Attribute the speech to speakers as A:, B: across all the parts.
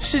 A: 世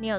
B: 你有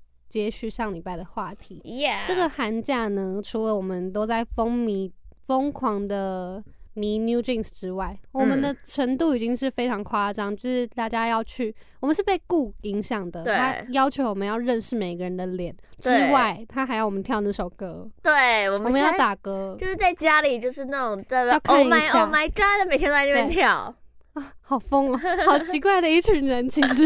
C: 接续上礼拜的话题。
B: 耶
C: 这个寒假呢，除了我们都在风靡、疯狂的迷 New Jeans 之外，
B: 嗯
C: 我们的程度已经是非常夸张，就是大家要去，我们是被顾影响的，
B: 对
C: 他要求我们要认识每个人的脸之
B: 对
C: 外，他还要我们跳那首歌，
B: 对我
C: 我
B: 们
C: 们要
B: 现在
C: 打歌
B: 就是在家里，就是那种在那
C: 要
B: 边
C: 看
B: Oh
C: 一
B: my
C: 下
B: Oh my God，每天都在那边
C: 对
B: 跳。
C: 啊，好疯哦，好奇怪的一群人，其实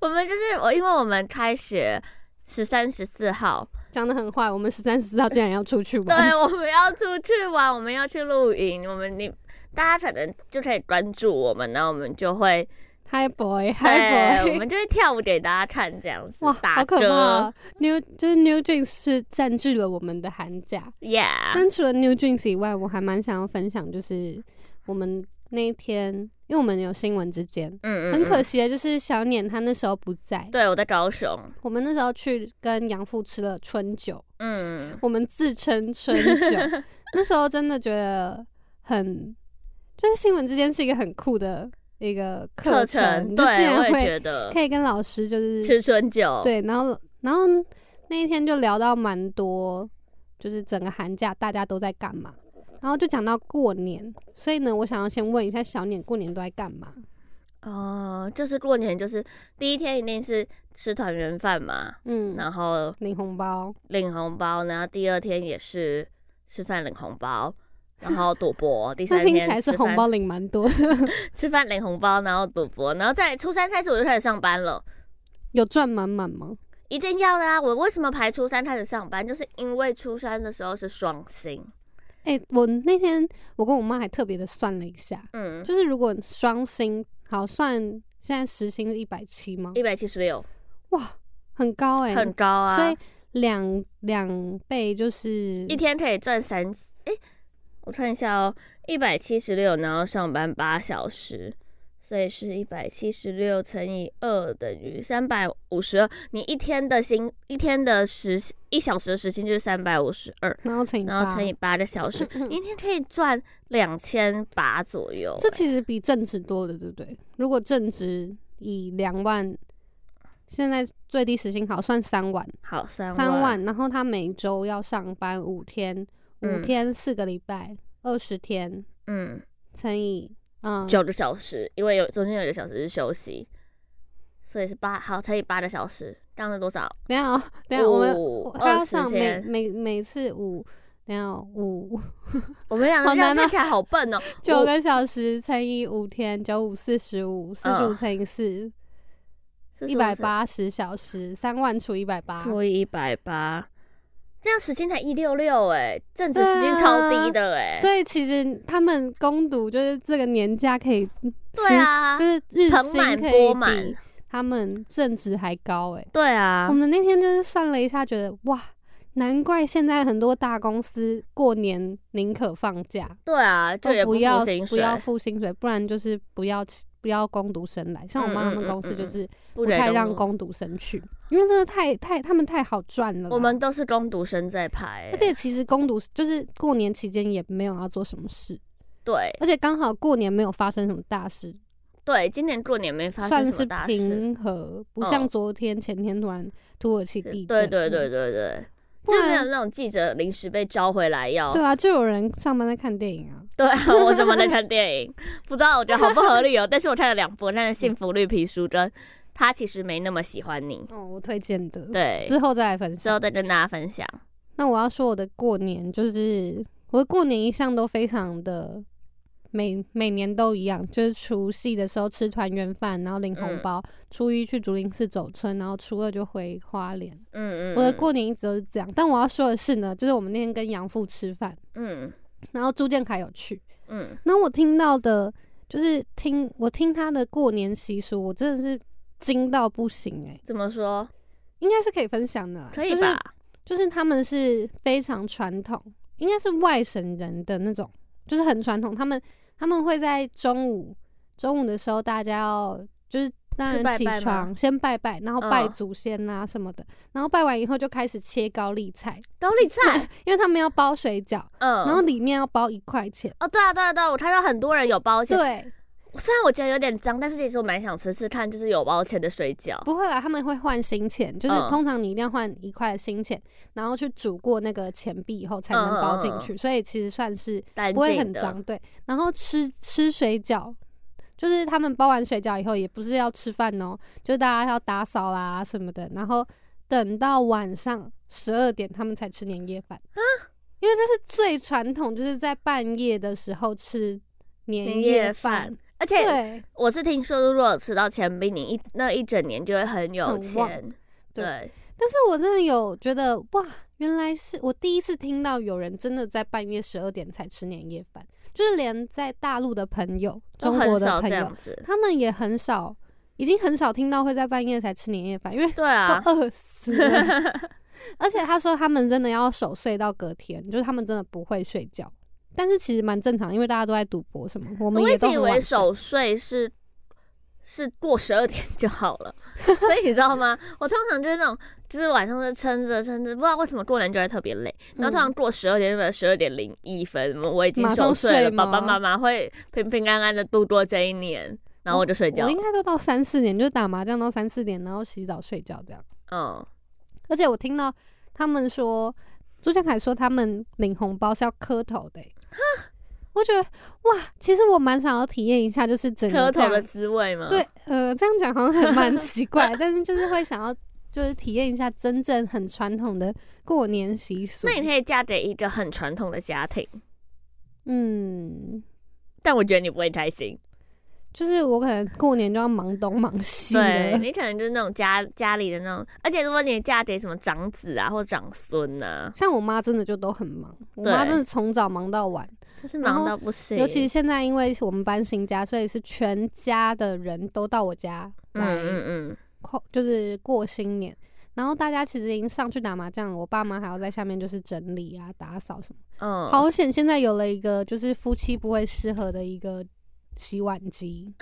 B: 我们就是我，因为我们开学十三、十四号，
C: 讲的很坏，我们十三十号竟然要出去玩，
B: 对，我们要出去玩，我们要去露营，我们你大家可能就可以关注我们，然后我们就会，
C: 嗨 boy，嗨
B: 对，
C: boy，
B: 我们就会跳舞给大家看，这样子，
C: 哇，
B: 打
C: 好可怕、
B: 折
C: 啊、！New 就是 New Jeans 是占据了我们的寒假。
B: ，Yeah，
C: 但除了 New Jeans 以外，我还蛮想要分享，就是我们那一天，因为我们有新闻之间，
B: 嗯
C: 很可
B: 嗯
C: 惜的就是小碾她那时候不在。
B: 对，我在高雄，
C: 我们那时候去跟养父吃了春酒，
B: 嗯，
C: 我们自称 春酒。那时候真的觉得很，就是新闻之间是一个很酷的一个
B: 课
C: 课
B: 程，
C: 你就竟
B: 对，我
C: 然
B: 也
C: 会
B: 觉得
C: 可以跟老师就是
B: 吃春酒，
C: 对，然后然后那一天就聊到蛮多，就是整个寒假大家都在干嘛，然后就讲到过年，所以呢，我想要先问一下小年过年都在干嘛？
B: 哦，就是过年，就是第一天一定是吃团圆饭嘛，
C: 嗯，
B: 然后
C: 领红包，
B: 领红包，然后第二天也是吃饭领红包，然后赌博，第三
C: 那听起
B: 天
C: 来
B: 吃
C: 是
B: 饭
C: 红包领蛮多的，
B: 吃饭领红包，然后赌博，然后再初三开始我就开始上班了。
C: 有赚满满吗？
B: 一定要的啊！我为什么排初三开始上班？就是因为初三的时候是双薪，
C: 哎、我那天我跟我妈还特别的算了一下，
B: 嗯，
C: 就是如果双薪好算，现在时薪是一百七吗？
B: 一百七十六，
C: 哇，很高哎、
B: 很高啊！
C: 所以两两倍就是
B: 一天可以赚三，诶，我看一下哦，一百七十六，然后上班八小时，所以是一百七十六乘以二等于三百五十二。你一天的薪，一天的时，一小时的时薪就是三百五十二，
C: 然后乘以
B: 然后
C: 八
B: 乘以八个小时， 你一天可以赚两千八左右。
C: 嗯这其实比正职多了，对不对？如果正职以两万，现在最低时薪好算三万，
B: 欸好，三
C: 三
B: 万，
C: 万，然后他每周要上班五天，五
B: 嗯
C: 天四个礼拜，二十天
B: 嗯，
C: 乘以嗯
B: 九个小时，因为有中间有一个小时是休息，所以是八，好乘以八个小时，这样是多少？
C: 等一下、哦，等一下我们
B: 五
C: 我他
B: 20
C: 要上每
B: 天
C: 每每次五，等一下 哦五
B: 我们两个
C: 好
B: 这样
C: 难啊，
B: 看起来好笨哦
C: 九
B: 五
C: 个小时乘以五天，九五四十五，四十五
B: 嗯
C: 乘以四，
B: 是
C: 一百八十小时，三万除一百八，
B: 除以一百八，这样时薪才一六六哎，正职
C: 对啊
B: 时薪超低的哎、
C: 所以其实他们攻读就是这个年假可以，
B: 对啊
C: 实就是日
B: 盆
C: 薪
B: 满
C: 可
B: 钵
C: 以
B: 满
C: 比，他们正职还高哎、
B: 对啊
C: 我，们那天就是算了一下，觉得哇，难怪现在很多大公司过年宁可放假，
B: 对啊，
C: 都
B: 就也
C: 不
B: 付
C: 要
B: 薪
C: 不
B: 水，
C: 要付薪水，不然就是不要不要工读生来。像我妈他
B: 嗯嗯
C: 们
B: 嗯
C: 公司就
B: 嗯
C: 是
B: 不给
C: 太
B: 工
C: 让
B: 读
C: 工读生去，因为真的太太他们太好赚了啦。
B: 我们都是工读生在拍、欸，
C: 而且其实工读就是过年期间也没有要做什么事。
B: 对
C: 而且刚好过年没有发生什么大事，
B: 对，今年过年没发生
C: 算
B: 什么
C: 是
B: 大事，
C: 平和，不
B: 嗯
C: 像昨天、前天突然土耳其地
B: 对
C: 震，嗯
B: 对对对，对，
C: 不
B: 就没有
C: 然
B: 那种记者临时被招回来要
C: 对啊，就有人上班在看电影啊，
B: 对啊，我怎么在看电影？不知道，我觉得好不合理哦。但是我看了两部，我看了《幸福绿皮书》跟《他其实没那么喜欢你
C: 哦，我推荐的，》，
B: 对，
C: 之后再来分
B: 之后
C: 享。
B: 再跟大家分享。
C: 那我要说我的过年，就是我的过年一向都非常的每每年都一样，就是除夕的时候吃团圆饭，然后领红
B: 嗯
C: 包；初一去竹林寺走村，然后初二就回花莲。
B: 嗯嗯，
C: 我的
B: 嗯
C: 过年一直都是这样。但我要说的是呢，就是我们那天跟养父吃饭，
B: 嗯
C: 然后朱建凯有去，
B: 嗯
C: 然后我听到的，就是听我听他的过年习俗，我真的是惊到不行哎、
B: 怎么说？
C: 应该是可以分享的啦，
B: 可以吧？？
C: 就是、就是他们是非常传统，应该是外省人的那种，就是很传统。他们他们会在中午中午的时候，大家要就是当
B: 去
C: 然
B: 拜
C: 起
B: 拜吗
C: 床先拜拜，然后拜
B: 嗯
C: 祖先啊什么的，然后拜完以后就开始切高丽菜，
B: 高丽菜，
C: 因为他们要包水饺，
B: 嗯，
C: 然后里面要包一块钱。
B: 哦，对啊，对啊，对啊，我看到很多人有包钱，
C: 对，
B: 虽然我觉得有点脏，但是其实我蛮想吃吃看，就是有包钱的水饺。
C: 不会啦，他们会换新钱，就是
B: 嗯
C: 通常你一定要换一块新钱，然后去煮过那个钱币以后才能包
B: 嗯
C: 进去，所以其实算是
B: 干
C: 不会
B: 净
C: 很
B: 的，
C: 脏。对，然后吃吃水饺，就是他们包完水饺以后，也不是要吃饭哦，就大家要打扫啦什么的，然后等到晚上十二点他们才吃年夜饭
B: 啊
C: 因为这是最传统，就是在半夜的时候吃年
B: 年夜
C: 饭
B: 饭。而且
C: 对
B: 我是听说，如果有吃到钱币，你一那一整年就会很有
C: 很
B: 钱。
C: 对
B: 对，
C: 但是我真的有觉得哇，原来是我第一次听到有人真的在半夜十二点才吃年夜饭，就是连在大陆的朋友、
B: 都
C: 中
B: 很
C: 国
B: 少
C: 的
B: 这
C: 朋
B: 样
C: 友，
B: 子。
C: 他们也很少，已经很少听到会在半夜才吃年夜饭，因为
B: 对啊，
C: 都饿死了。 而且他说他们真的要守岁到隔天，就是他们真的不会睡觉。但是其实蛮正常，因为大家都在赌博什么，我们
B: 我
C: 也
B: 一
C: 都
B: 直以
C: 很
B: 为
C: 晚睡。
B: 守岁是是过十二点就好 了，所以你知道吗？我通常就是那种，就是晚上就撑着撑着，不知道为什么过年就会特别累。然后通常过十二点，就是十二点零一分，我已经
C: 嗯马上
B: 守岁了，
C: 睡
B: 爸
C: 吗
B: 爸妈妈会平平安安的度过这一年，然后我就睡觉
C: 我
B: 了
C: 应。该都到三四点，就是打麻将到三四点，然后洗澡睡觉这样。
B: 嗯，
C: 而且我听到他们说，朱建凯说他们领红包是要磕头的欸、我觉得哇，其实我蛮想要体验一下，就是整
B: 磕
C: 个这
B: 头的
C: 样
B: 滋味吗？
C: 对，，呃，这样讲好像 很蛮奇怪，但是就是会想要就是体验一下真正很传统的过年习俗。
B: 那你可以嫁给一个很传统的家庭，
C: 嗯，
B: 但我觉得你不会开心。
C: 就是我可能过年就要忙东忙西
B: 对
C: 的，
B: 你可能就是那种家家里的那种，而且如果你嫁给什么长子啊或长孙啊，
C: 像我妈真的就都很忙，我妈
B: 对
C: 真的从早忙到晚。
B: 就是
C: 然
B: 忙
C: 后
B: 到不行。
C: 尤其是现在，因为我们搬新家，所以是全家的人都到我家
B: 嗯
C: 来
B: 嗯嗯，
C: 跨，就是过新年。然后大家其实已经上去打麻将了，我爸妈还要在下面就是整理啊、打扫什么。
B: 嗯，
C: 好险，现在有了一个就是夫妻不会失和的一个洗碗 机。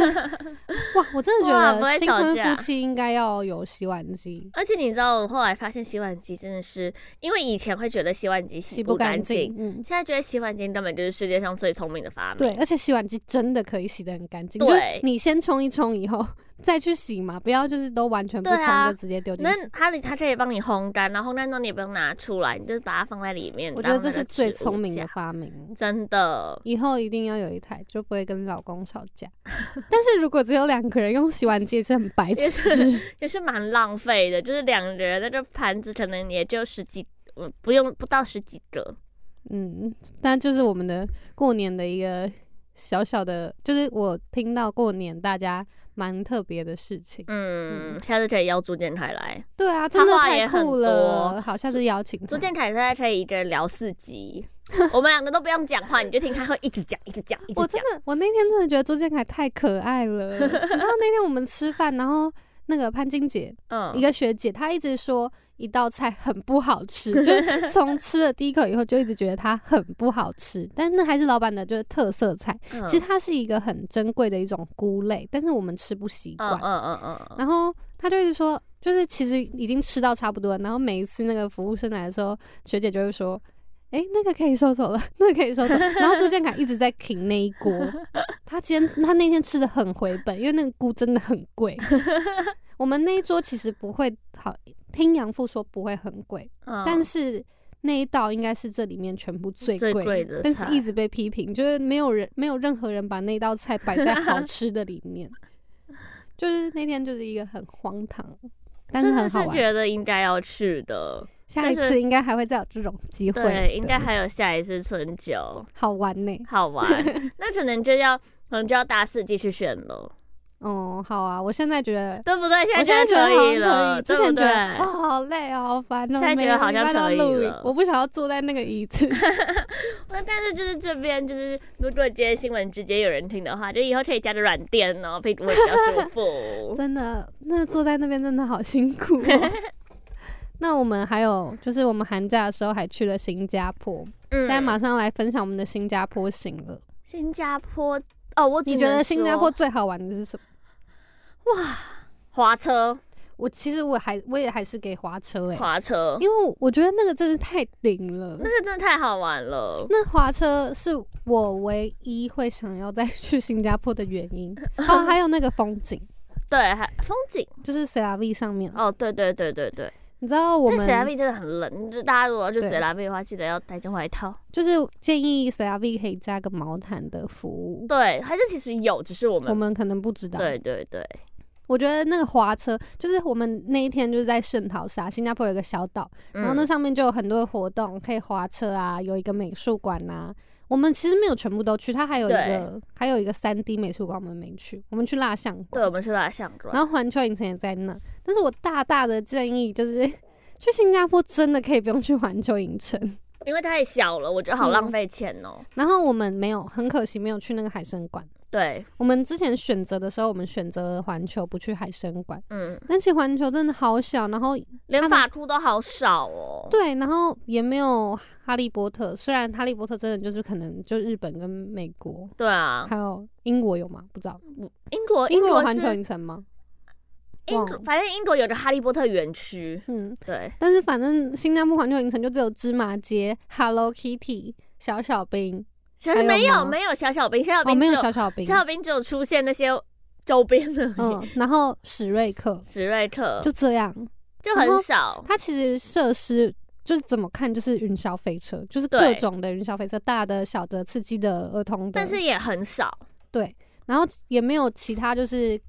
C: 哇，我真的觉
B: 哇不
C: 得
B: 会
C: 新
B: 吵
C: 婚
B: 架
C: 夫妻应该要有洗碗机，
B: 而且你知道，我后来发现洗碗机真的是，因为以前会觉得洗碗机
C: 洗
B: 不
C: 不干
B: 净
C: 净。，嗯，
B: 现在觉得洗碗机根本就是世界上最聪明的发明。
C: 对，而且洗碗机真的可以洗得很干净，就是
B: 对
C: 你先冲一冲以后再去洗嘛，不要就是都完全不
B: 对
C: 冲
B: 啊
C: 就直接丢进去。
B: 那它里它可以帮你烘干，然后烘干之后你也不用拿出来，你就是把它放在里面。
C: 我觉得这
B: 当那
C: 是
B: 个
C: 最
B: 植物
C: 聪明的
B: 架，
C: 发明。
B: 真的。
C: 以后一定要有一台，就不会跟老公吵架。 但是如果只有两个人用洗碗机，也是很白
B: 也
C: 痴。
B: 是也是蛮浪费的，就是两个人那个盘子可能也就十几，嗯，不用不到十几个。
C: 嗯，那就是我们的过年的一个小小的，就是我听到过年大家蛮特别的事情。
B: 嗯，下次可以邀朱建凯来，
C: 对啊，真的
B: 插画也
C: 太
B: 很
C: 酷了，好下次邀请
B: 朱
C: 他
B: 建凯现在可以一个人聊四 集，我们两个都不用讲话，你就听他会一直讲，一直讲，一直
C: 我真
B: 讲。
C: 的，我那天真的觉得朱建凯太可爱了。 然后那天我们吃饭，然后那个潘金姐一
B: 嗯，
C: 个学姐，她一直说一道菜很不 好吃，就是从吃了第一口以后就一直觉得它很不好吃，但那还是老板的就是特色菜。
B: 嗯
C: 其实它是一个很珍贵的一种菇类，但是我们吃不习
B: 嗯嗯
C: 惯。
B: 嗯嗯嗯，
C: 然后她就一直说，就是其实已经吃到差不多了，然后每一次那个服务生来的时候，学姐就会说。哎、那个可以收走了，那个可以收走。然后朱建凯一直在挺那一锅，他今天他那天吃的很回本，因为那个菇真的很贵。我们那一桌其实不会好，听杨父说不会很贵，
B: 嗯
C: 但是那一道应该是这里面全部最
B: 最
C: 贵
B: 贵的
C: 但是
B: 菜
C: 一直被批评，就是没有人没有任何人把那道菜摆 在好吃的里面，就是那天就是一个很荒唐，但是
B: 真
C: 很
B: 的
C: 好
B: 是
C: 玩。
B: 觉得应该要去的。
C: 下一
B: 但是
C: 次应该还会再有这种机会的，
B: 对，应该还有下一次春酒，
C: 好玩呢、
B: 好 玩。那可能就要可能就要大四继续选了，
C: 哦，好啊，我现在觉得，
B: 对不对？
C: 我
B: 现
C: 现在
B: 在觉
C: 觉得
B: 得
C: 好像
B: 以了，
C: 之
B: 对不
C: 前觉
B: 对？
C: 得哇好累啊，好烦哦，
B: 现在觉得
C: 每个
B: 好像
C: 礼拜都要
B: 可以
C: 录影
B: 了
C: 我不想要坐在那个椅子。
B: 那但是就是这边就是，如果今天新闻直接有人听的话，就以后可以加着软垫哦，屁股会比较舒 服。
C: 真的，那坐在那边真的好辛苦、 哦。那我们还有，就是我们寒假的时候还去了新加坡，
B: 嗯，哦
C: 现在马上来分享我们的新加坡行了。
B: 新加坡哦，我只
C: 你觉
B: 能
C: 得新加
B: 说
C: 坡最好玩的是什么？
B: 滑车，
C: 我其实我还我也还是给滑车哎、
B: 滑车，
C: 因为我觉得那个真的太顶了。
B: 那个真的太好玩了。
C: 那滑车是我唯一会想要再 去新加坡的原 因，哦，还有那个风景，
B: 对，还风景
C: 就是 C R V 上面，
B: 哦，对对对对对。
C: 你知道我
B: 但水拉
C: 们
B: 币真的很冷，就大家如果要去
C: 对
B: 水拉币的话，记得要带件外套。
C: 就是建议 C R V 可以加个毛毯的服务，
B: 对，还是其实有，只是我们
C: 我们可能不知道。
B: 对对对，
C: 我觉得那个滑车，就是我们那一天就是在圣淘沙，新加坡有一个小岛，然后那
B: 嗯
C: 上面就有很多的活动，可以滑车啊，有一个美术馆呐。我们其实没有全部都去，它还有一个还有一个三 D 美术馆，我们没去，我们去蜡像
B: 对，
C: 馆
B: 我，们是蜡像馆
C: 然，后环球影城也在那。但是我大大的建议就是，去新加坡真的可以不用去环球影城。
B: 因为太小了，我觉得
C: 嗯
B: 好浪费钱哦。
C: 然后我们没有，很可惜没有去那个海参馆。
B: 对，
C: 我们之前选择的时候，我们选择了环球，不去海参馆。
B: 嗯，
C: 但其实环球真的好小，然后
B: 连发箍都好少哦。
C: 对，然后也没有哈利波特，虽然哈利波特真的就是可能就日本跟美国，
B: 对啊，
C: 还有英国有吗？不知道，
B: 哦英国
C: 英国有
B: 国
C: 环
B: 是
C: 球影城吗？
B: 英
C: 忘
B: 国
C: 了，
B: 反正英国有个哈利波特园区，
C: 嗯，
B: 对，
C: 但是反正新加坡环球影城就只有芝麻街、Hello Kitty、小小兵，
B: 小
C: 还有
B: 没有
C: 吗
B: 没有小小兵，小小
C: 哦，
B: 兵
C: 没
B: 只
C: 有
B: 有
C: 小小兵，
B: 小兵只有出现那些周边的，
C: 嗯，然后史瑞克
B: 史瑞克
C: 就嗯这样，
B: 就
C: 然后
B: 很少，
C: 它其实设施。就是怎么看，就是云霄飞车，就是各
B: 对
C: 种的云霄飞车，大的、小的、刺激的、儿童的。
B: 但是也很少。
C: 对，然后也没有其他就是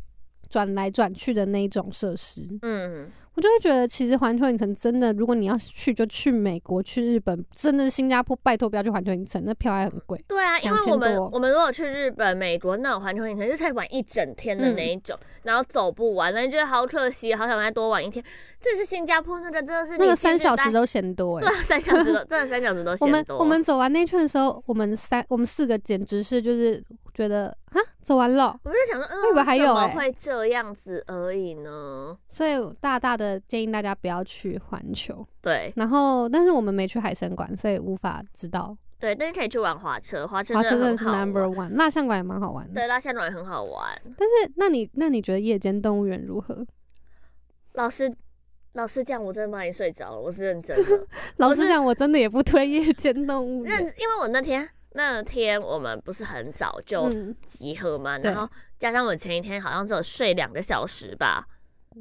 C: 转来转去的那一种设施，
B: 嗯，
C: 我就会觉得其实环球影城真的，如果你要去就去美国、去日本，真的新加坡拜托不要去环球影城，那票还很贵。
B: 对啊，因为
C: 2000
B: 我们
C: 多
B: 我们如果去日本、美国那种环球影城，就可以玩一整天的那一种，
C: 嗯
B: 然后走不完，那你觉得好可惜，好想再多玩一天。这是新加坡那个真的是
C: 那
B: 你
C: 个
B: 去
C: 三
B: 日
C: 小
B: 待
C: 时都嫌多
B: 对
C: 哎、
B: 啊，三小时都真的三小时都
C: 我们
B: 嫌多。
C: 我们走完那一圈的时候，我们三我们四个简直是就是觉得啊走完了，
B: 我们就想说，嗯，
C: 我以为还有
B: 怎么
C: 欸
B: 会这样子而已呢？
C: 所以我大大的建议大家不要去环球。
B: 对
C: 然后但是我们没去海参馆，所以无法知道。啊
B: 对，但是可以去玩滑车，滑车
C: 华盛
B: 真的很
C: 顿是
B: 好
C: number
B: 玩。
C: one，蜡像馆也蛮好玩的。
B: 对，拉线软也很好玩。
C: 但是，那你那你觉得夜间动物园如何？
B: 老师，老师这样我真的把你睡着了，我是认真的。
C: 老
B: 是
C: 实讲，我真的也不推夜间动物
B: 认
C: 园。，
B: 因为我那天那天我们不是很早就
C: 嗯，
B: 集合嘛，
C: 对
B: 然后加上我前一天好像只有睡两个小时吧，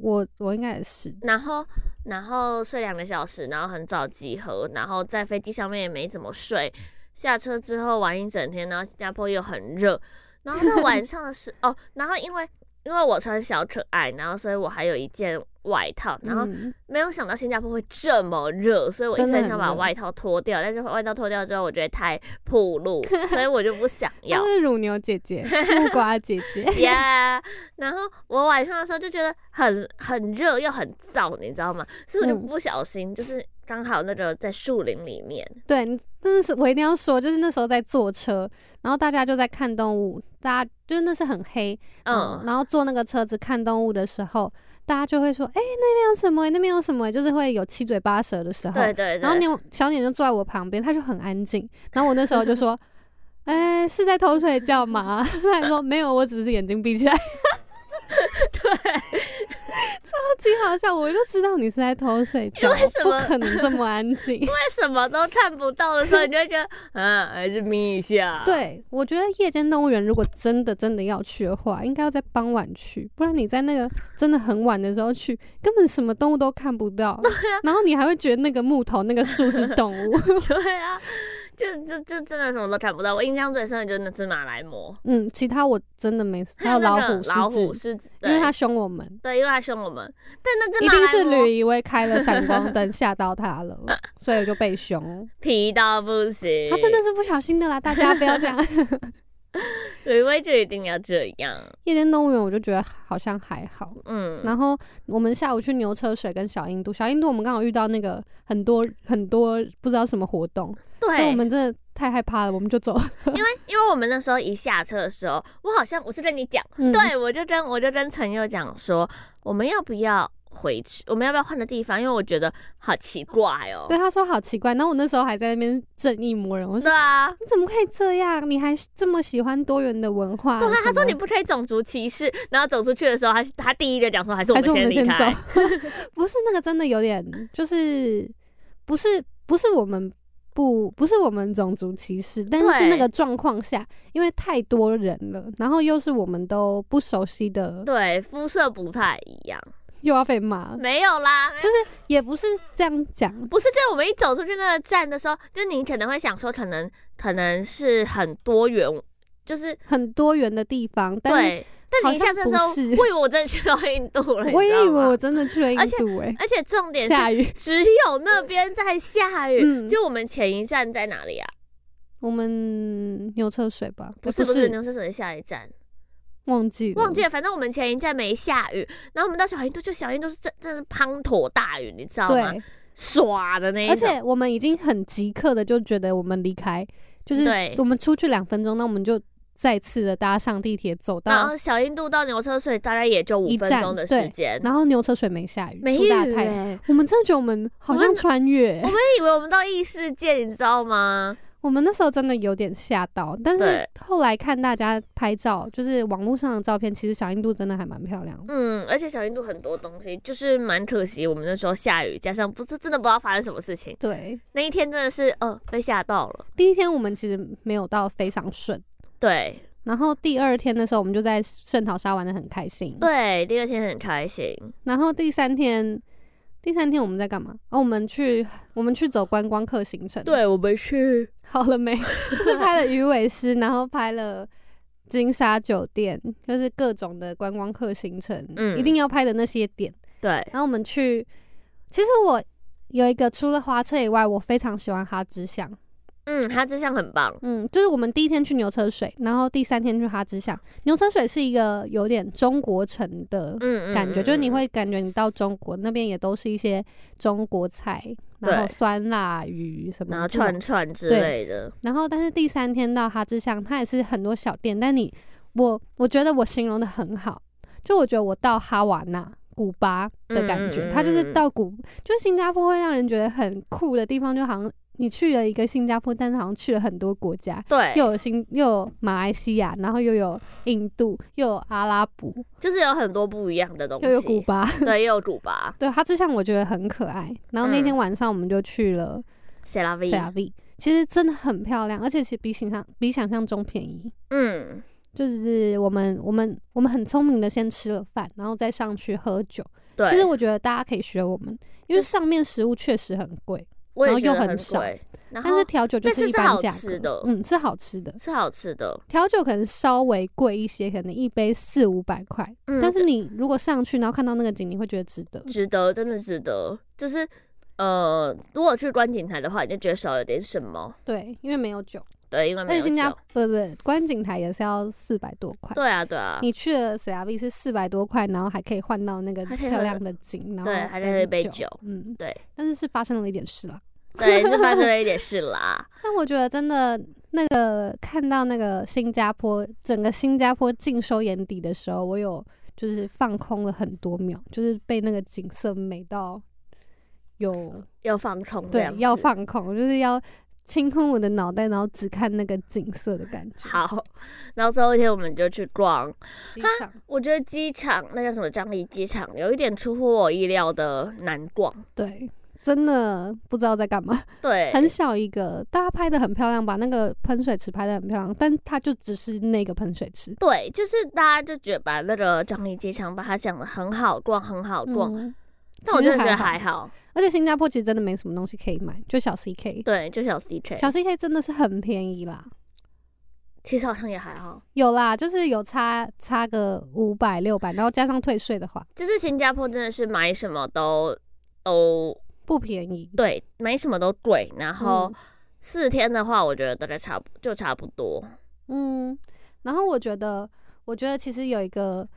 C: 我我应该也是，
B: 然后然后睡两个小时，然后很早集合，然后在飞机上面也没怎么睡，下车之后玩一整天，然后新加坡又很热，然后到晚上的时 哦，然后因为因为我穿小可爱，然后所以我还有一件外套，然后
C: 嗯
B: 没有想到新加坡会这么热，所以我一
C: 真
B: 直
C: 的
B: 很
C: 很
B: 想把
C: 热
B: 外套脱掉，但是外套脱掉之后，我觉得太暴露，所以我就不 想
C: 她
B: 要。，
C: 是乳牛姐姐、木瓜姐姐
B: 耶然后我晚上的时候就觉得很很热又很燥，你知道吗？所以我就
C: 嗯
B: 不小心，就是刚好那个在树林里面，
C: 对， 你真的是我一定要说，就是那时候在坐车，然后大家就在看动物，大家就是那是很黑，嗯，
B: 嗯，
C: 然后坐那个车子看动物的时候，大家就会说，哎、那边有什么、那边有什么、就是会有七嘴八舌的时候，
B: 对对
C: 然后
B: 对，
C: 年小年就坐在我旁边，他就很安静。然后我那时候 就说：“哎、是在偷睡觉吗？” 他还说：“没有，我只是眼睛闭 起来。”对，超级好笑！我就知道你是在偷睡觉，
B: 为什
C: 不
B: 么啊
C: 可能这么安 静。
B: 为什么都看不到的时候，你就会觉得， 嗯，还是眯一下。，
C: 对，我觉得夜间动物园如果真的真的要去的话，应该要在傍晚去，不然你在那个真的很晚的时候去，根本什么
B: 啊
C: 动物都看不到。然后你还会觉得那个木头、那个树是动物。
B: 对啊，就就就真的什么都看不到。我印象最深的就是那只马来貘，
C: 嗯，其他我真的没，还有
B: 那
C: 老
B: 个
C: 虎、
B: 老虎、
C: 狮
B: 狮
C: 子，
B: 子，
C: 因
B: 对
C: 为它凶我们，
B: 对，因为它凶我们，但那只
C: 一
B: 马
C: 定
B: 来
C: 是
B: 貘
C: 吕一威开了闪光灯吓到它了，所以我就 被凶。
B: 皮到不行，
C: 它真的是不小心的啦，大家不要 这样。
B: 吕威就一定要这样，
C: 夜间动物园我就觉得好像还好。
B: 嗯，
C: 然后我们下午去牛车水跟小印度，小印度我们刚好遇到那个很多很多不知道什么活动，所以
B: 对，
C: 我们真的太害怕了，我们就走。
B: 因为因为我们那时候一下车的时候，我好像我是跟你讲，
C: 嗯，
B: 对我就跟我就跟陈佑讲说，我们要不要回去？我们要不要换个地方？因为我觉得好奇怪哦。
C: 对，他说好奇怪。然后我那时候还在那边正义魔人，我说
B: 对啊，
C: 你怎么可以这样？你还这么喜欢多元的文化？
B: 对啊，他
C: 什
B: 说
C: 么
B: 你不可以种族歧视，然后走出去的时候，他他第一个讲说还是我
C: 还
B: 们
C: 是我
B: 先
C: 们
B: 离
C: 先
B: 开，
C: 走？ 不是那个真的有点，就是不是不是我们不不是我们种族歧视，但是是
B: 对
C: 那个状况下，因为太多人了，然后又是我们都不熟悉的，
B: 对，肤色不太一样，
C: 又要被骂。
B: 没有啦，
C: 就是也不是这样讲，
B: 不是，就我们一走出去那个站的时候，就你可能会想说，可能可能是很多元，就是
C: 很多元的地方，但是
B: 对。但你一下车的时候，
C: 好像
B: 我
C: 不
B: 以
C: 是
B: 为我真的去到印度了，你
C: 我也
B: 知道
C: 以为
B: 吗
C: 我真的去了印
B: 而且
C: 度哎、
B: 而且重点是
C: 下雨。
B: 只有那边在下雨。
C: 嗯
B: 就我们前一站在哪里啊？
C: 我们牛车水吧？
B: 不
C: 呃不
B: 是不是
C: 是，
B: 牛车水的下一站，
C: 忘记了
B: 忘记了。反正我们前一站没下雨，然后我们到小印度，就小印度是真真的是滂沱大雨，你知道吗？
C: 对，
B: 唰的那一
C: 而
B: 种。
C: 且我们已经很即刻的就觉得我们离开，就是
B: 对
C: 我们出去两分钟，那我们就再次的搭上地铁走到，
B: 然后小印度到牛车水大概也就五
C: 一
B: 分
C: 站
B: 钟的
C: 对
B: 时间，
C: 然后牛车水没下雨，
B: 呃没
C: 出
B: 雨
C: 大太阳。
B: 欸
C: 我们真的觉得我们好像穿 越、
B: 我们以为我们到异世界，你知道吗？
C: 我们那时候真的有点吓到，但是
B: 对
C: 后来看大家拍照，就是网络上的照片，其实小印度真的还蛮漂亮的。
B: 嗯，而且小印度很多东西就是蛮可惜，我们那时候下雨，加上不是真的不知道发生什么事情，
C: 对，
B: 那一天真的是呃被吓到了。
C: 第一天我们其实没有到非常顺，
B: 对
C: 然后第二天的时候我们就在圣淘沙玩的很开心。
B: 对，第二天很开心，
C: 然后第三天，第三天我们在干嘛？哦，我们去我们去走观光客行程。，
B: 对，我们去
C: 好了没？就是拍了鱼尾狮，然后拍了金沙酒店，就是各种的观光客行程，
B: 嗯
C: 一定要拍的那些点。
B: 对，
C: 然后我们去，其实我有一个除了花车以外，我非常喜欢哈之巷。
B: 嗯，他这项很棒，
C: 嗯，就是我们第一天去牛车水，然后第三天去哈之巷。牛车水是一个有点中国城的
B: 嗯，嗯
C: 感觉，
B: 嗯
C: 就是你
B: 嗯
C: 会感觉你到中国那边也都是一些中国菜，然后
B: 对
C: 酸辣鱼什么，
B: 然后串，串之
C: 对
B: 类的，
C: 然后但是第三天到哈之巷，它也是很多小店，但你我我觉得我形容的很好，就我觉得我到哈瓦那。古巴的感觉，
B: 嗯嗯嗯
C: 它就是
B: 嗯
C: 到古，就是新加坡会让人觉得很酷的地方，就好像你去了一个新加坡，但是好像去了很多国家，
B: 对，
C: 又有新又有马来西亚，然后又有印度，又有阿拉伯，
B: 就是有很多不一样的东西，
C: 又有古巴，
B: 对，又有古巴，
C: 对它这项我觉得很可爱。然后那
B: 嗯
C: 天晚上我们就去了
B: 塞拉维
C: 菲，亚 V，其实真的很漂亮，而且其实比想象比想象中便宜。
B: 嗯，
C: 就是我们我们我们很聪明的先吃了饭，然后再上去喝酒。
B: 对，
C: 其实我觉得大家可以学我们，因为
B: 就是
C: 上面食物确实很贵，
B: 我
C: 然
B: 也
C: 后
B: 觉
C: 又
B: 得
C: 很
B: 很
C: 少
B: 贵，然
C: 但是
B: 后
C: 调酒就
B: 但是
C: 一
B: 是
C: 般
B: 好
C: 价
B: 吃
C: 格
B: 的
C: 嗯，是好吃的。
B: 是好吃的，
C: 调酒可能稍微贵一些，可能一杯四五百块，
B: 嗯
C: 但是你如果上去然后看到那个景，你会觉得值得。
B: 值得，真的值得，就是。呃，如果去观景台的话，你就觉得少了点什么，
C: 对，因为没有酒，
B: 对，因为
C: 而
B: 没
C: 且
B: 有
C: 新加
B: 酒，
C: 不不观景台也是要四百多块。
B: 对啊，对啊，
C: 你去了 C R V 是四百多块，然后还可以换到那个
B: 还可以
C: 漂
B: 喝
C: 亮的景，然后
B: 对还可以喝一杯
C: 酒
B: 酒，
C: 嗯，
B: 对。
C: 但是是发生了一点事啦。
B: 对，是发生了一点事啦。
C: 但我觉得真的那个看到那个新加坡整个新加坡尽收眼底的时候，我有就是放空了很多秒，就是被那个景色美到有
B: 要放空嗯这
C: 对
B: 样子，
C: 要放空，就是要清空我的脑袋，然后只看那个景色的感觉。
B: 好。然后最后一天我们就去逛，
C: 机场
B: 我觉得机场那叫什么樟宜机场有一点出乎我意料的难逛，
C: 对，真的不知道在干嘛。
B: 对，
C: 很小一个，大家拍的很漂亮，把那个喷水池拍的很漂亮，但它就只是那个喷水池。
B: 对，就是大家就觉得把那个樟宜机场把它讲的很好逛，很好逛，啊
C: 嗯，
B: 但我
C: 其
B: 真
C: 实
B: 的觉得还
C: 还好
B: 好，
C: 而且新加坡其实真的没什么东西可以买，就小 CK，
B: 对，就小 CK，
C: 小 CK 真的是很便宜啦。
B: 其实好像也还好。
C: 有啦，就是有差差个五百六百，然后加上退税的话
B: 就是新加坡真的是买什么都都
C: 不便宜。
B: 对，买什么都贵。然后
C: 嗯
B: 四天的话，我觉得大概差不就差不多。
C: 嗯，然后我觉得，我觉得其实有一个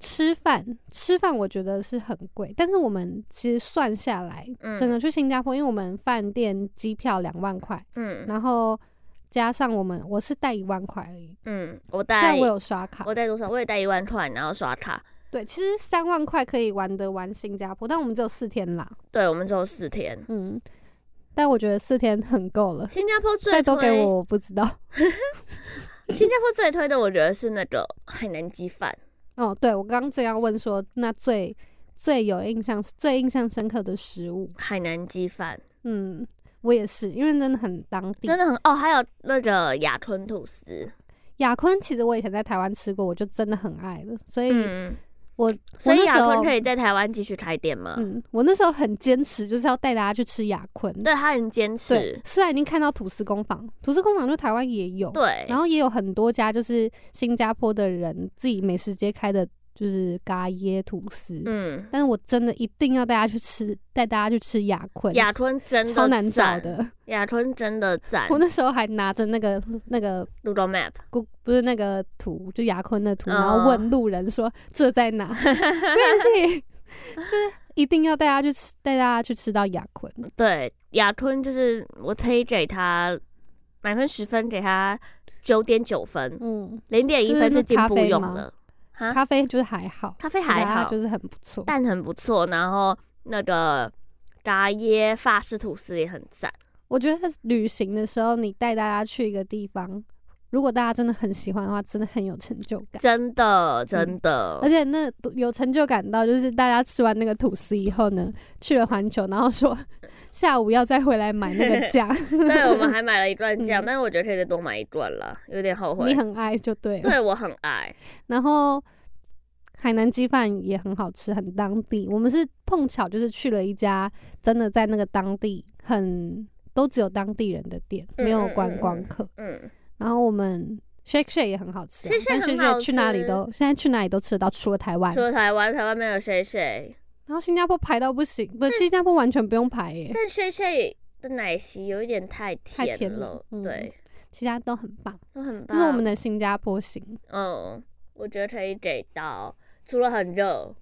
C: 吃饭，吃饭我觉得是很贵，但是我们其实算下来，
B: 嗯
C: 整个去新加坡，因为我们饭店机票两万块，
B: 嗯
C: 然后加上我们我是带一万块而已，
B: 嗯，我
C: 虽
B: 带
C: 然我有刷卡
B: 我，带多少？我也带一万块，然后刷卡。
C: 对，其实三万块可以玩得完新加坡，但我们只有四天啦，
B: 对，我们只有四天。
C: 嗯，但我觉得四天很够了，
B: 新加坡
C: 再
B: 最
C: 多给
B: 推，
C: 我我不知道。
B: 新加坡最推的，我觉得是那个海南鸡饭。
C: 哦，对，我刚刚正要问说，那最最有印象、最印象深刻的食物，
B: 海南鸡饭
C: 嗯，我也是，因为真的很当地。
B: 真的很哦，还有那个雅吞吐司，
C: 雅坤其实我以前在台湾吃过，我就真的很爱了，所以
B: 嗯，
C: 我、
B: 所以
C: 我那
B: 雅
C: 时
B: 吞
C: 候
B: 可以在台湾继续开店吗？
C: 嗯，我那时候很坚持，就是要带大家去吃雅坤。
B: 对他很坚持
C: 对，，虽然已经看到吐司工坊，吐司工坊就台湾也有，
B: 对，
C: 然后也有很多家就是新加坡的人自己美食街开的，就是咖椰吐司。
B: 嗯，
C: 但是我真的一定要带大家去吃，带大家去吃雅坤。
B: 雅吞真的
C: 超难找
B: 赞，
C: 的。
B: 雅吞真的赞
C: 我那时候还拿着那个那个
B: ，Google Map，
C: 不不是那个图，就牙坤的图，
B: 嗯
C: 然后问路人说这在 哪？ 没有人信，这一定要带大家去吃，带大家去吃到牙坤。
B: 对，雅吞就是我可以给他满分十分，给他九点九分，
C: 嗯，
B: 零点一分
C: 是
B: 进
C: 咖
B: 步
C: 啡
B: 用
C: 吗
B: 的，哈，
C: 咖啡就是还好，
B: 咖啡还
C: 其他
B: 好
C: 就是很不错。
B: 但很不错，然后那个咖椰法式吐司也很赞，
C: 我觉得旅行的时候，你带大家去一个地方，如果大家真的很喜欢的话，真的很有成就感。
B: 真的真的
C: 而，且那有成就感到，就是大家吃完那个吐司以后呢，去了环球，然后说 下午要再回来买 那个酱，
B: 对，我们还买了一 罐酱，
C: 嗯
B: 但是我觉得可以再多买一罐了，有点后悔
C: 你，很爱就对了。
B: 对我很爱，
C: 然后海南鸡饭也很好吃，很当地。我们是碰巧就是去了一家真的在那个当地很都只有当地人的店，
B: 嗯
C: 没有
B: 嗯
C: 观
B: 嗯
C: 光
B: 嗯
C: 客。
B: 嗯，
C: 然后我们 shake shake 也很好吃、啊
B: Shake Shack
C: 但
B: 很
C: shake
B: 好
C: shake 去哪里
B: 吃嗯
C: 都现在去哪里都吃得到，除了台湾
B: 除。了台湾，台湾没有谁谁。
C: 然后新加坡排到不行，不
B: 嗯
C: 是新加坡完全不用排耶、
B: 但轩轩的奶昔有一点太
C: 太
B: 甜
C: 甜
B: 了
C: 了，嗯
B: 对，
C: 其他都很棒。
B: 都很
C: 这
B: 棒。
C: 是我们的新加坡行，
B: 嗯，我觉得可以给到，除了很热，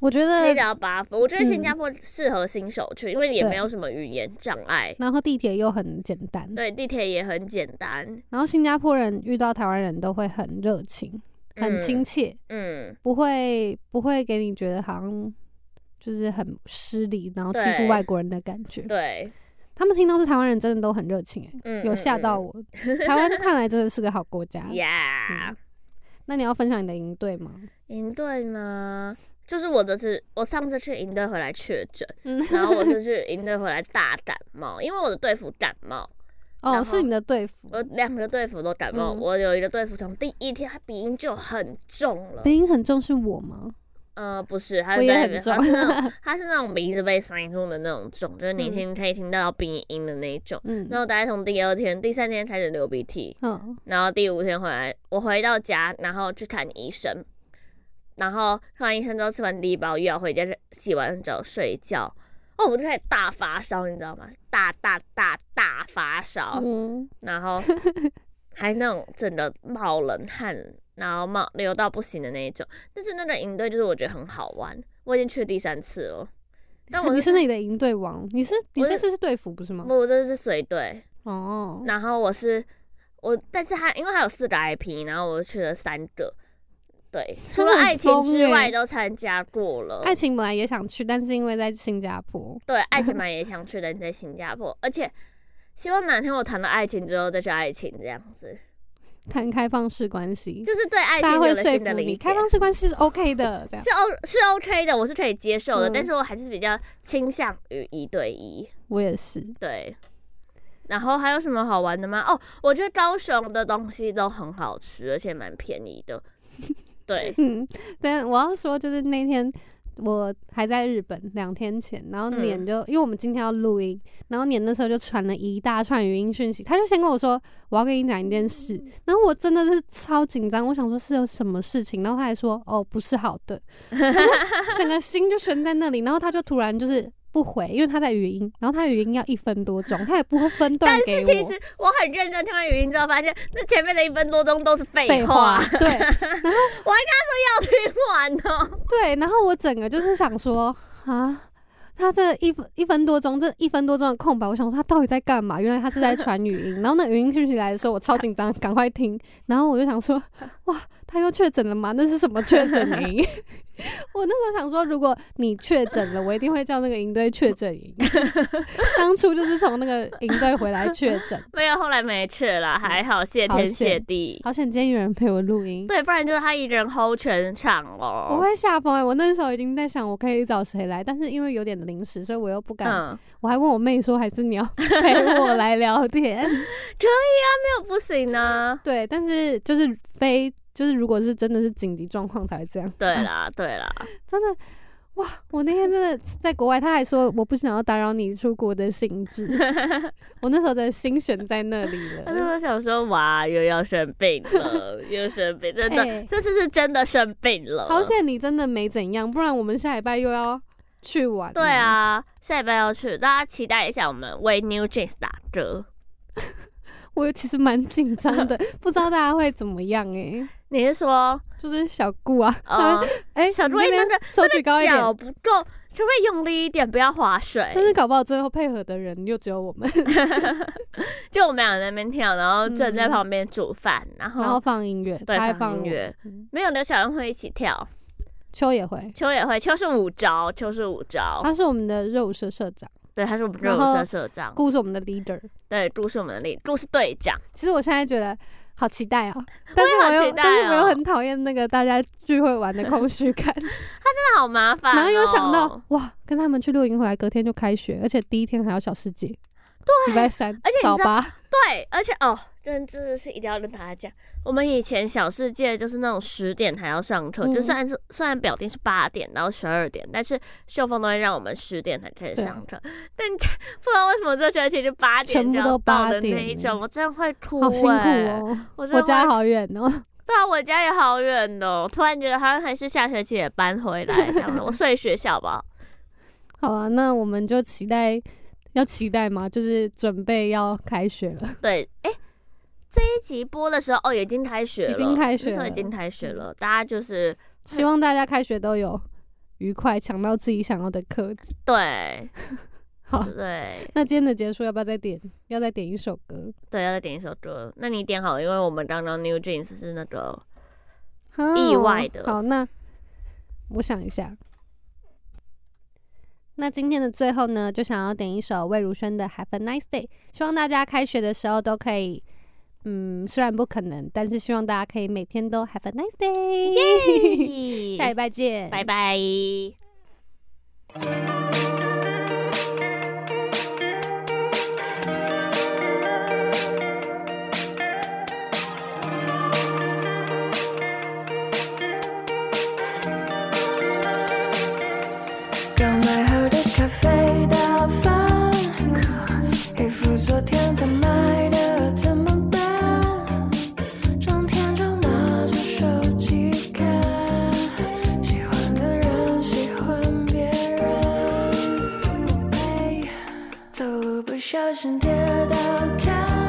C: 我觉
B: 可以
C: 得
B: 给。到八分。我觉得
C: 呃嗯
B: 新加坡适合新手去，因为也
C: 对
B: 没有什么语言障碍，
C: 然后地铁又很简单，
B: 对，地铁也很简单，
C: 然后新加坡人遇到台湾人都会很热情、很
B: 嗯
C: 亲切，
B: 嗯，
C: 不会不会给你觉得好像就是很失礼，然后欺
B: 对
C: 负外国人的感觉。
B: 对，
C: 他们听到是台湾人，真的都很热情、欸，
B: 嗯，
C: 有吓到我。台湾看来真的是个好 国家。
B: 呀
C: 嗯。那你要分享你的营 队吗？
B: 营队吗？就是我这次，我上次去营队回来确诊，
C: 嗯，
B: 然后我是去营队回来大感冒，因为我的队服感冒，然后
C: 哦，
B: 嗯
C: 是你的队服，
B: 我两个队服都感冒，
C: 嗯
B: 我有一个队服从第一天他鼻音就很重了，
C: 北影很重视我吗？
B: 呃，不是，他
C: 我
B: 是
C: 也
B: 在
C: 很
B: 那边
C: 重
B: 他是那 种他是那种鼻子被塞住的那种重，就是你听可以听到鼻音的那一种。
C: 嗯
B: 然后大概从第二天、第三天开始流鼻涕，
C: 嗯，
B: 然后第五天回来，我回到家，然后去看医生，然后看完医生之后吃完第一包药回家，洗完澡睡觉。哦，我就开始大发烧，你知道吗？大大大大发烧。
C: 嗯，
B: 然后还那种整个冒冷汗，然后冒流到不行的那一种。但是那个营队就是我觉得很好玩，我已经去第三次了。但我
C: 你
B: 是
C: 是那里的营队王，你是你
B: 我
C: 这
B: 是
C: 次是队服不是吗？
B: 我这是随队，
C: 哦，
B: 然后我是我，但是他因为他有四个 IP，然后我去了三个。对，除
C: 真
B: 了
C: 的很
B: 爱情之
C: 疯
B: 外
C: 欸
B: 都参加过了。
C: 爱情本来也想去，但是因为在新加坡，
B: 对，爱情 版也想去的，在新加坡，而且希望哪天我谈了爱情之后再去爱情这样子，
C: 谈开放式关系，
B: 就是对爱情
C: 大家
B: 有
C: 会
B: 了
C: 说
B: 新的
C: 服
B: 理
C: 你，
B: 解。
C: 开放式关系是 OK 的，这样
B: 是 O 是 OK 的，我是可以接受的，
C: 嗯
B: 但是我还是比较倾向于一对一。
C: 我也是，
B: 对，然后还有什么好玩的吗？哦，我觉得高雄的东西都很好 吃，而且蛮便宜的。对，
C: 嗯，但我要说就是那天我还在日本两天前，然后年
B: 嗯
C: 就、因为我们今天要录音，然后年那时候就传了一大串语音讯息，他就先跟我说我要跟你讲一件事，
B: 嗯
C: 然后我真的是超紧张，我想说是有什么事情，然后他还说哦不是好 的，我就整个心就悬在那里，然后他就突然就是。不回，因为他在语音，然后他语音要一分多钟，他也不会分段
B: 但
C: 给
B: 是
C: 我。
B: 其实我很认真听完语音之后，发现那前面的一分多钟都是
C: 废
B: 废
C: 话
B: 话，，
C: 对
B: 要听完哦。
C: 对。然后我整个就是想说啊，他这一分一分多钟，这一分多钟的空白，我想说他到底在干嘛？原来他是在传语音。然后那语音讯息来的时候，我超紧张，赶快听。然后我就想说，哇，他又确诊了吗？那是什么确诊营？ 我那时候想说，如果你确诊了，我一定会叫那个营队确诊营。 当初就是从那个营队回来确诊，
B: 没有，后来没去了，还好，谢
C: 好
B: 天
C: 险
B: 谢地。
C: 好险今天有人陪我录音。
B: 对，不然就是他一人 hold 全场哦。
C: 我会吓疯哎！我那时候已经在想我可以找谁来，但是因为有点临时，所以我又不敢。
B: 嗯，
C: 我还问我妹说，还是你要 陪我来聊天？
B: 那不行啊呢。
C: 对，但是就是非就是如果是真的是紧急状况才会这样，
B: 对啦，对啦，
C: 真的。哇！我那天真的在国外，他还说我不想要打扰你出国的兴致。 我那时候的心悬在那里
B: 但是
C: 了。
B: 我想说，哇，又要生病了，又生病，真的，
C: 哎
B: 这次是真的生病了。
C: 好险你真的没怎样，不然我们下礼拜又要去玩。
B: 对，啊，下礼拜要去，大家期待一下，我们为 New Jeans 打折。
C: 我其实蛮紧张的， 不知道大家会怎么样哎、
B: 你是说，
C: 就是小顾啊，他
B: 呃，
C: 哎、
B: 小
C: 你
B: 猪
C: 那
B: 一
C: 边
B: 真的
C: 收举高一点，
B: 脚不够，可不可以用力一点，不要划水？
C: 但是搞不好最后配合的人又只有我们，
B: 就我们俩在那边跳，然后正在
C: 嗯
B: 旁边煮饭，然后
C: 然后放音乐，
B: 哦对
C: 他还
B: 放音
C: 我
B: 乐，
C: 嗯
B: 没有刘小恩会一起跳，
C: 秋也会，
B: 秋也会，秋是五招，秋是五招，
C: 他是我们的热舞社社长，
B: 对，他是我们热
C: 啊然
B: 舞
C: 后
B: 社社长，
C: 顾是我们的 leader。
B: 对，顾是我们的力，顾是队长，
C: 其实我现在觉得好期 待哦，但是我
B: 好
C: 又、
B: 期待
C: 但是我又
B: 哦
C: 很讨厌那个大家聚会玩的空虚感，
B: 真的好麻 烦、哦
C: 然后又想到，哇，跟他们去露营回来，隔天就开学，而且第一天还有小世界。对，礼拜三，
B: 而且你
C: 早
B: 知道
C: 八，
B: 对，而且哦，真真的是一定要跟大家讲，我们以前小世界就是那种十点才要上课，就
C: 嗯
B: 虽然是虽然表定是八点到十二点，但是秀峰都会让我们十点才开始
C: 对
B: 上课，但不知道为什么这学期就八点
C: 全
B: 就
C: 部
B: 要
C: 都
B: 到
C: 八
B: 的那一
C: 点
B: 种，我真的会哭、欸，
C: 好辛苦哦！
B: 我真
C: 我
B: 的会
C: 家好远哦，
B: 对啊，我家也好远哦。突然觉得好像还是下学期也搬回来这样 子，我睡学校吧。
C: 好啊，那我们就期待，要期待吗？就是准备要开学了，
B: 对，哎、这一集播的时候哦，已经开学了，
C: 已经开学
B: 那时候已
C: 了
B: 经开学了。大家就是
C: 希望大家开学都有愉快，抢到自己想要的课。
B: 对
C: 好，
B: 嗯对
C: 那今天的结束要不要再点？要再点一首歌？
B: 对，要再点一首歌。那你点好了，因为我们刚刚 New Jeans 是那个
C: 哦
B: 意外的
C: 好，那我想一下。那今天的最后呢，就想要点一首魏如萱的《Have a Nice Day》，希望大家开学的时候都可以，嗯，虽然不可能，但是希望大家可以每天都 Have a Nice Day。下 礼拜见，
B: 拜。拜。
D: 要买好的咖啡打翻，衣服昨天才买的怎么办？整天就拿着手机看，喜欢的人喜欢别人，走路不小心跌倒，看